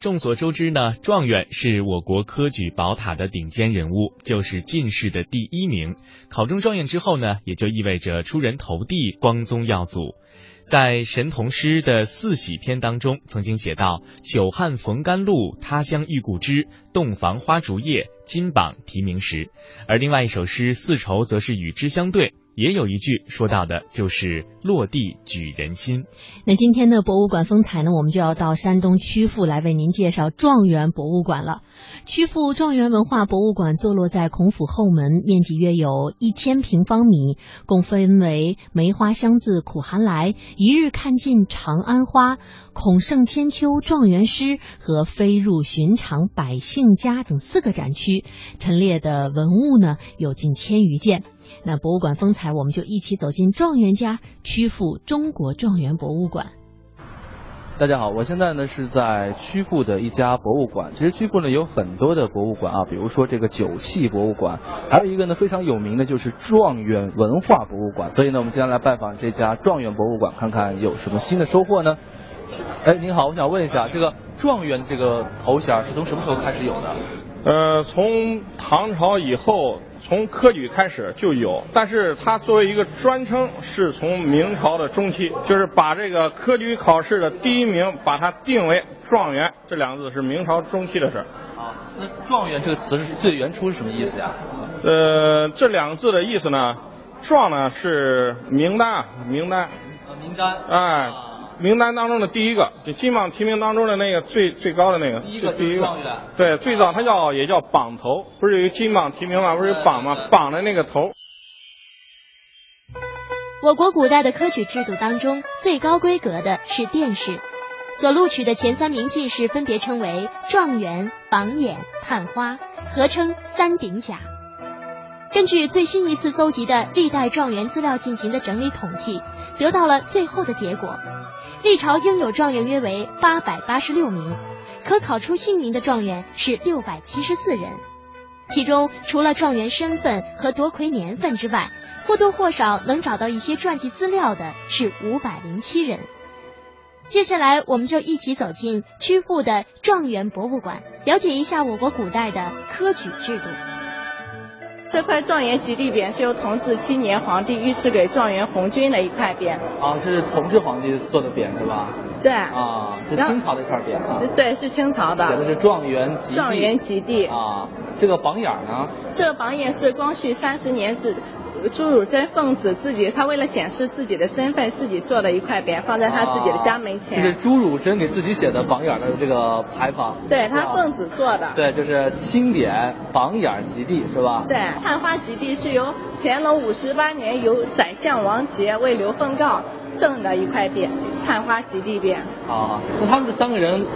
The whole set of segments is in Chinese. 众所周知呢，状元是我国科举宝塔的顶尖人物，就是进士的第一名。考中状元之后呢，也就意味着出人头地、光宗耀祖。在神童诗的《四喜篇》当中，曾经写道：“久旱逢甘露，他乡遇故知。洞房花烛夜，金榜题名时。”而另外一首诗《四愁》则是与之相对，也有一句说到的就是“落地举人心”。那今天的博物馆风采呢，我们就要到山东曲阜来为您介绍状元博物馆了。曲阜状元文化博物馆坐落在孔府后门，面积约有一千平方米，共分为梅花香自苦寒来、一日看尽长安花、孔圣千秋状元诗和飞入寻常百姓家等四个展区，陈列的文物呢有近千余件。那博物馆风采，我们就一起走进状元家曲阜中国状元博物馆。大家好，我现在呢是在曲阜的一家博物馆。其实曲阜呢有很多的博物馆啊，比如说这个酒器博物馆，还有一个呢非常有名的就是状元文化博物馆。所以呢，我们今天来拜访这家状元博物馆，看看有什么新的收获呢？哎，您好，我想问一下，这个状元这个头衔是从什么时候开始有的？呃，从唐朝以后，从科举开始就有，但是它作为一个专称，是从明朝的中期，就是把这个科举考试的第一名，把它定为状元，这两个字是明朝中期的事儿。啊，那状元这个词是最原初是什么意思呀？呃，这两个字的意思呢，状呢是名单，名单，呃，名单。哎啊，名单当中的第一个，就金榜题名当中的那个最最高的那个，第一个第一就是个状元，对，最早它叫也叫榜头，不是有一金榜题名嘛，不是有榜对嘛对，榜的那个头。我国古代的科举制度当中，最高规格的是殿试，所录取的前三名进士分别称为状元、榜眼、探花，合称三鼎甲。根据最新一次搜集的历代状元资料进行的整理统计，得到了最后的结果：历朝应有状元约为八百八十六名，可考出姓名的状元是六百七十四人。其中，除了状元身份和夺魁年份之外，或多或少能找到一些传记资料的是五百零七人。接下来，我们就一起走进曲阜的状元博物馆，了解一下我国古代的科举制度。这块状元及第匾是由同治七年皇帝御赐给状元红军的一块匾。啊，这是同治皇帝做的匾是吧？对，啊，这然后清朝的一块匾啊，对，是清朝写的的。是状元及第状元及第，啊，这个榜眼儿呢，这个榜眼是光绪三十年朱朱汝珍奉子自己，他为了显示自己的身份，自己做的一块匾，放在他自己的家门啊这是前。朱汝珍给自己写的榜眼儿的这个牌坊。对是他吧奉子做的。对，就是钦点榜眼儿及第是吧？对，探花及第是由乾隆五十八年由宰相王杰为刘凤告赠的一块匾，探花及第匾。啊，那他们这三个人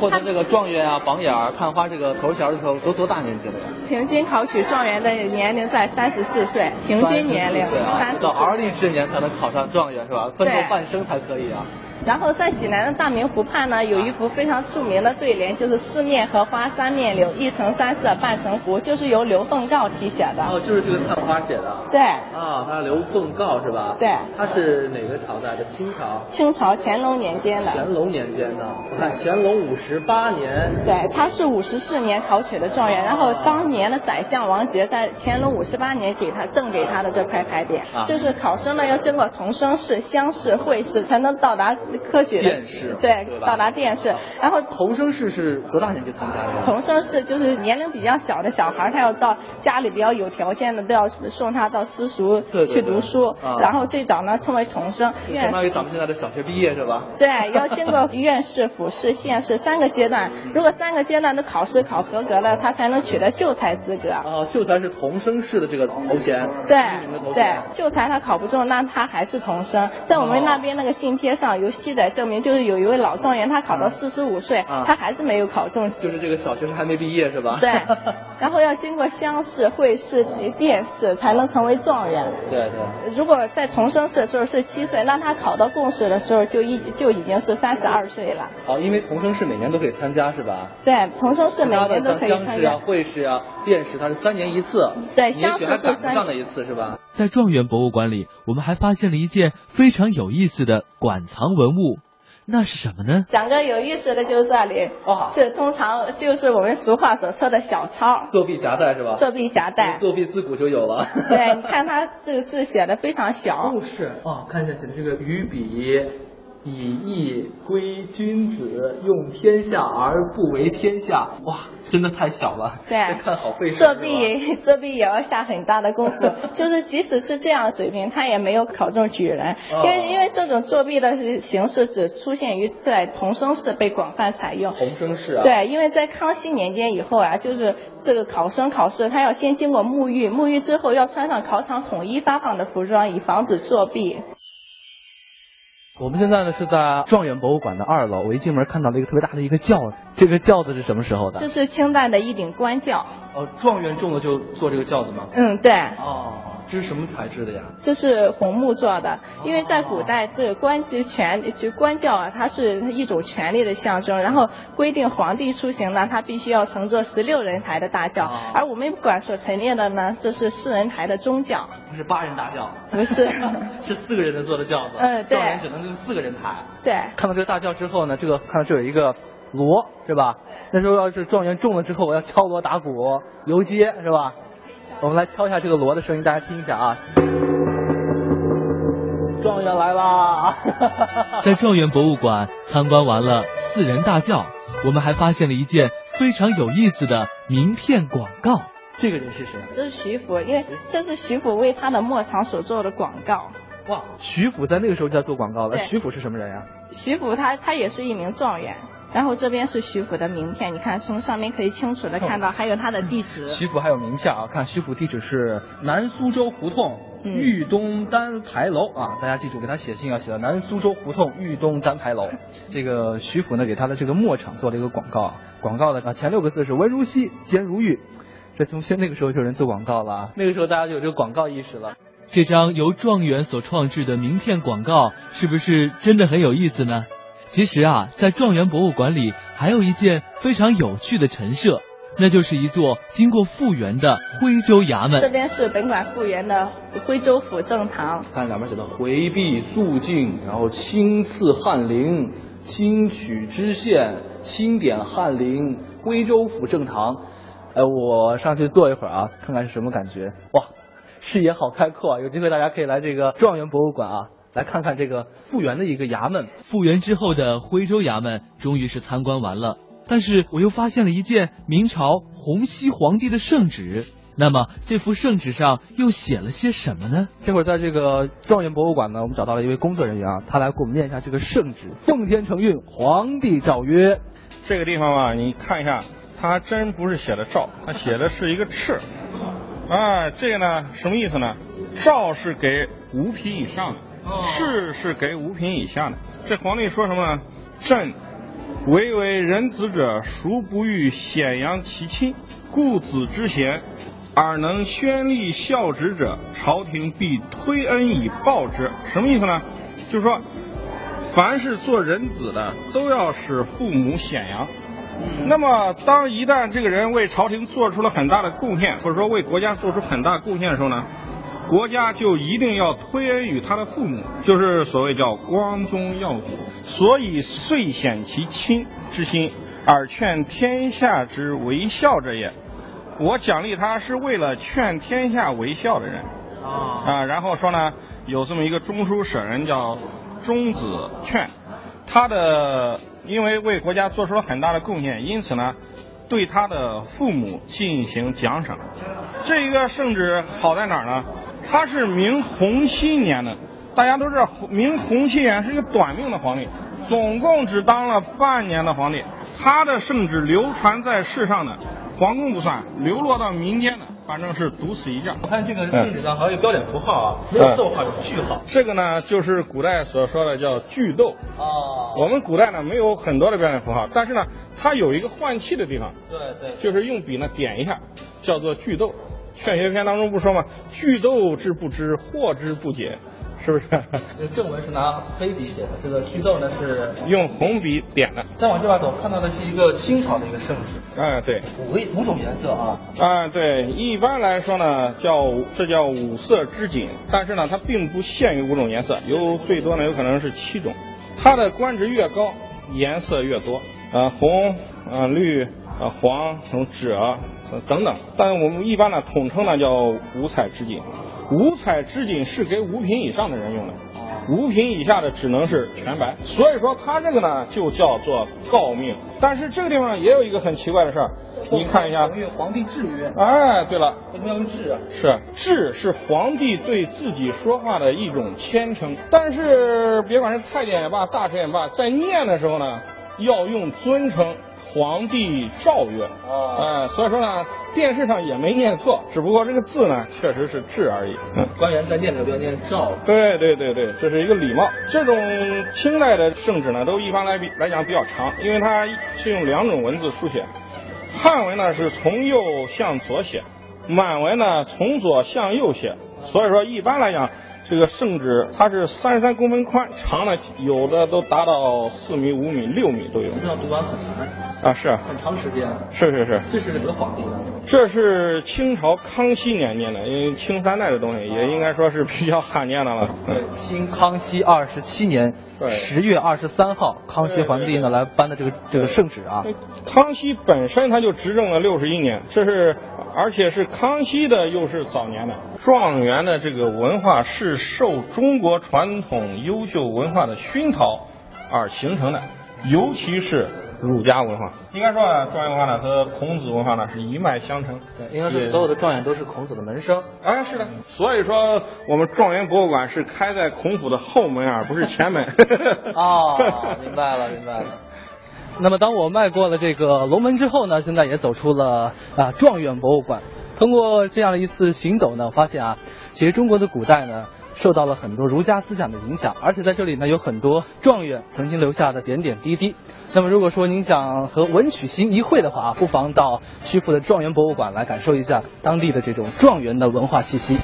获得这个状元啊、榜眼儿、探花这个头衔儿的时候，都多大年纪了呀？平均考取状元的年龄在三十四岁，平均年龄34岁啊三，十早而四。立之年才能考上状元是吧？奋斗半生才可以啊。然后在济南的大明湖畔呢，有一幅非常著名的对联，就是“四面荷花三面柳，一城山色半城湖”，就是由刘凤告题写然后的。哦就是这个探花写的。对，啊，他是刘凤告是吧？对他是哪个朝代的？清朝。清朝乾隆年间的。乾隆年间的，我看乾隆五十八年，对，他是五十四年考取的状元，然后当年的宰相王杰在乾隆五十八年给他赠给他的这块牌匾，啊就是考生呢要经过同生试、乡试、会试才能到达科举的殿试对对，吧到达殿试。然后童生试是多大年纪参加的？童生是就是年龄比较小的小孩儿，他要到家里比较有条件的，都要送他到私塾对对对去读书。啊然后最早呢称为童生，相院当于士咱们现在的小学毕业是吧？对，要经过院士、府试、县试三个阶段。如果三个阶段的考试考合格了，他才能取得秀才资格。啊，秀才是童生试的这个头衔，对第一名的头对衔。，秀才他考不中，那他还是童生。在我们那边那个信贴上有记载证明，就是有一位老状元，他考到四十五岁，啊他还是没有考中就是这个小学生还没毕业是吧？ 对，然后要经过乡试、会试、殿试才能成为状元。对对。如果在童生试的时候是七岁，那他考到贡试的时候就一就已经是三十二岁了。哦，因为童生试每年都可以参加是吧？对，童生试每其他的年都可像以乡参试啊加。、会试啊、殿试，它是三年一次。对你也许还乡试是赶不三上的一次是吧？在状元博物馆里，我们还发现了一件非常有意思的馆藏文物。那是什么呢？讲个有意思的就是这里，哦是通常就是我们俗话所说的小抄，作弊夹带是吧？作弊夹带。作弊自古就有了。对，你看它这个字写的非常 小，故事啊，看一下写的这个于彼。以义归君子，用天下而不为天下。哇，真的太小了。对这看好费事。作是吧弊作弊也要下很大的功夫，就是即使是这样水平，他也没有考中举人，哦因为因为这种作弊的形式只出现于在同生市被广泛采用。同生式啊。。对，因为在康熙年间以后啊，就是这个考生考试，他要先经过沐浴，沐浴之后要穿上考场统一发放的服装，以防止作弊。我们现在呢是在状元博物馆的二楼，我一进门看到了一个特别大的一个轿子，这个轿子是什么时候的这？是清代的一顶官轿，哦，状元中了就做这个轿子吗？嗯，对，哦，这是什么材质的呀？这是红木做的，因为在古代这个官职权就官轿啊，它是一种权力的象征。然后规定皇帝出行呢，他必须要乘坐十六人抬的大轿哦，而我们馆所陈列的呢，这是四人抬的中轿，不是八人大轿，不是是四个人能坐的轿子。嗯对状元只能用四个人抬。对。看到这个大轿之后呢，这个看到这有一个锣，是吧？那时候要是状元中了之后，我要敲锣打鼓游街，是吧？我们来敲一下这个锣的声音，大家听一下啊。状元来啦！ 在状元博物馆参观完了四人大轿，我们还发现了一件非常有意思的名片广告。这个人是谁？这是徐福，因为这是徐福为他的墨厂所做的广告。哇，徐府在那个时候就在做广告了。对徐府是什么人啊呀、徐福他他也是一名状元，然后这边是徐福的名片，你看从上面可以清楚的看到，还有他的地址。徐府还有名片啊，看徐府地址是南苏州胡同嗯豫东单牌楼啊，大家记住给他写信啊，写到南苏州胡同豫东单牌 楼。这个徐府呢，给他的这个墨厂做了一个广告啊，广告的啊前六个字是温如溪，坚如玉。这从先那个时候就有人做广告了啊，那个时候大家就有这个广告意识了。这张由状元所创制的名片广告，是不是真的很有意思呢？其实啊，在状元博物馆里还有一件非常有趣的陈设，那就是一座经过复原的徽州衙这门。边是本馆复原的徽州府正堂，看两边写的回避肃静，然后清祀翰林、清曲知县、清点翰林、徽州府正堂。哎，我上去坐一会儿啊，看看是什么感觉。哇，视野好开阔啊！有机会大家可以来这个状元博物馆啊，来看看这个复原的一个衙门。复原之后的徽州衙门终于是参观完了，但是我又发现了一件明朝洪熙皇帝的圣旨。那么这幅圣旨上又写了些什么呢？这会儿在这个状元博物馆呢，我们找到了一位工作人员啊，他来给我们念一下这个圣旨：奉天承运，皇帝诏曰。这个地方吧，你看一下，它还真不是写的诏，它写的是一个敕。啊，这个呢，什么意思呢？诏是给五品以上的，敕、是给五品以下的。这皇帝说什么呢？朕唯为人子者，孰不欲显扬其亲？故子之贤，尔能宣立孝职者，朝廷必推恩以报之。什么意思呢？就是说，凡是做人子的，都要使父母显扬。那么，当一旦这个人为朝廷做出了很大的贡献，或者说为国家做出很大贡献的时候呢，国家就一定要推恩于他的父母，就是所谓叫光宗耀祖。所以遂显其亲之心，而劝天下之为孝者也。我奖励他是为了劝天下为孝的人。啊，然后说呢，有这么一个中书舍人叫钟子劝，他的因为为国家做出了很大的贡献，因此呢，对他的父母进行奖赏。这一个圣旨好在哪儿呢？他是明洪熙年的，大家都知道明洪熙年是一个短命的皇帝，总共只当了半年的皇帝。他的圣旨流传在世上的，皇宫不算，流落到民间的，反正是独此一件。我看这个圣圣旨旨上好像有标点符号啊，没没有有逗逗号，有句号。这个呢，就是古代所说的叫句逗。哦我们古代呢没有很多的标点符号，但是呢，它有一个换气的地方，对对就是用笔呢点一下，叫做句逗。《劝学篇》当中不说吗？句逗之不知，惑之不解，是不是？ 这个正文是拿黑笔写的，这个祛痘呢是。用红笔点的。再往这边走，看到的是一个清朝的一个圣旨，哎、对，五个五种颜色啊。啊、对，一般来说呢，叫这叫五色织锦，但是呢，它并不限于五种颜色，有最多呢有可能是七种。它的官职越高，颜色越多，呃，红，呃，绿，呃，黄，什么紫啊、呃等等。但我们一般呢统称呢叫五彩织锦。五彩织锦是给五品以上的人用的，五品以下的只能是全白。所以说它这个呢就叫做诰命。但是这个地方也有一个很奇怪的事儿，你看一下。皇帝制曰哎，对了，为什么要用制啊？是智是皇帝对自己说话的一种谦称，但是别管是太监也罢，大臣也罢，在念的时候呢，要用尊称。皇帝诏曰，哦呃，所以说呢，电视上也没念错，只不过这个字呢，确实是“智”而已。嗯官员在念的时候要念诏。对对对对，这是一个礼貌。这种清代的圣旨呢，都一般来比来讲比较长，因为它是用两种文字书写。汉文呢是从右向左写，满文呢从左向右写。所以说一般来讲，这个圣旨它是三十三公分宽，长呢有的都达到四米、五米、六米都有这样读完很难，啊。是很长时间。是是是，这是哪个皇帝呢？这是清朝康熙年间的，因为清三代的东西也应该说是比较罕见的了。嗯对，清康熙二十七年对十月二十三号，康熙皇帝呢对对对来颁的这个这个圣旨啊。康熙本身他就执政了六十一年，这是而且是康熙的又是早年的状元的这个文化是受中国传统优秀文化的熏陶而形成的，尤其是儒家文化。应该说啊，状元文化呢和孔子文化呢是一脉相承。对，应该是所有的状元都是孔子的门生。哎，是的，所以说我们状元博物馆是开在孔府的后门啊，不是 前门。哦，明白了，明白了。那么，当我迈过了这个龙门之后呢，现在也走出了啊状元博物馆。通过这样的一次行走呢，我发现啊，其实中国的古代呢，受到了很多儒家思想的影响，而且在这里呢，有很多状元曾经留下的点点滴滴。那么，如果说您想和文曲星一会的话啊，不妨到曲阜的状元博物馆来感受一下当地的这种状元的文化气息。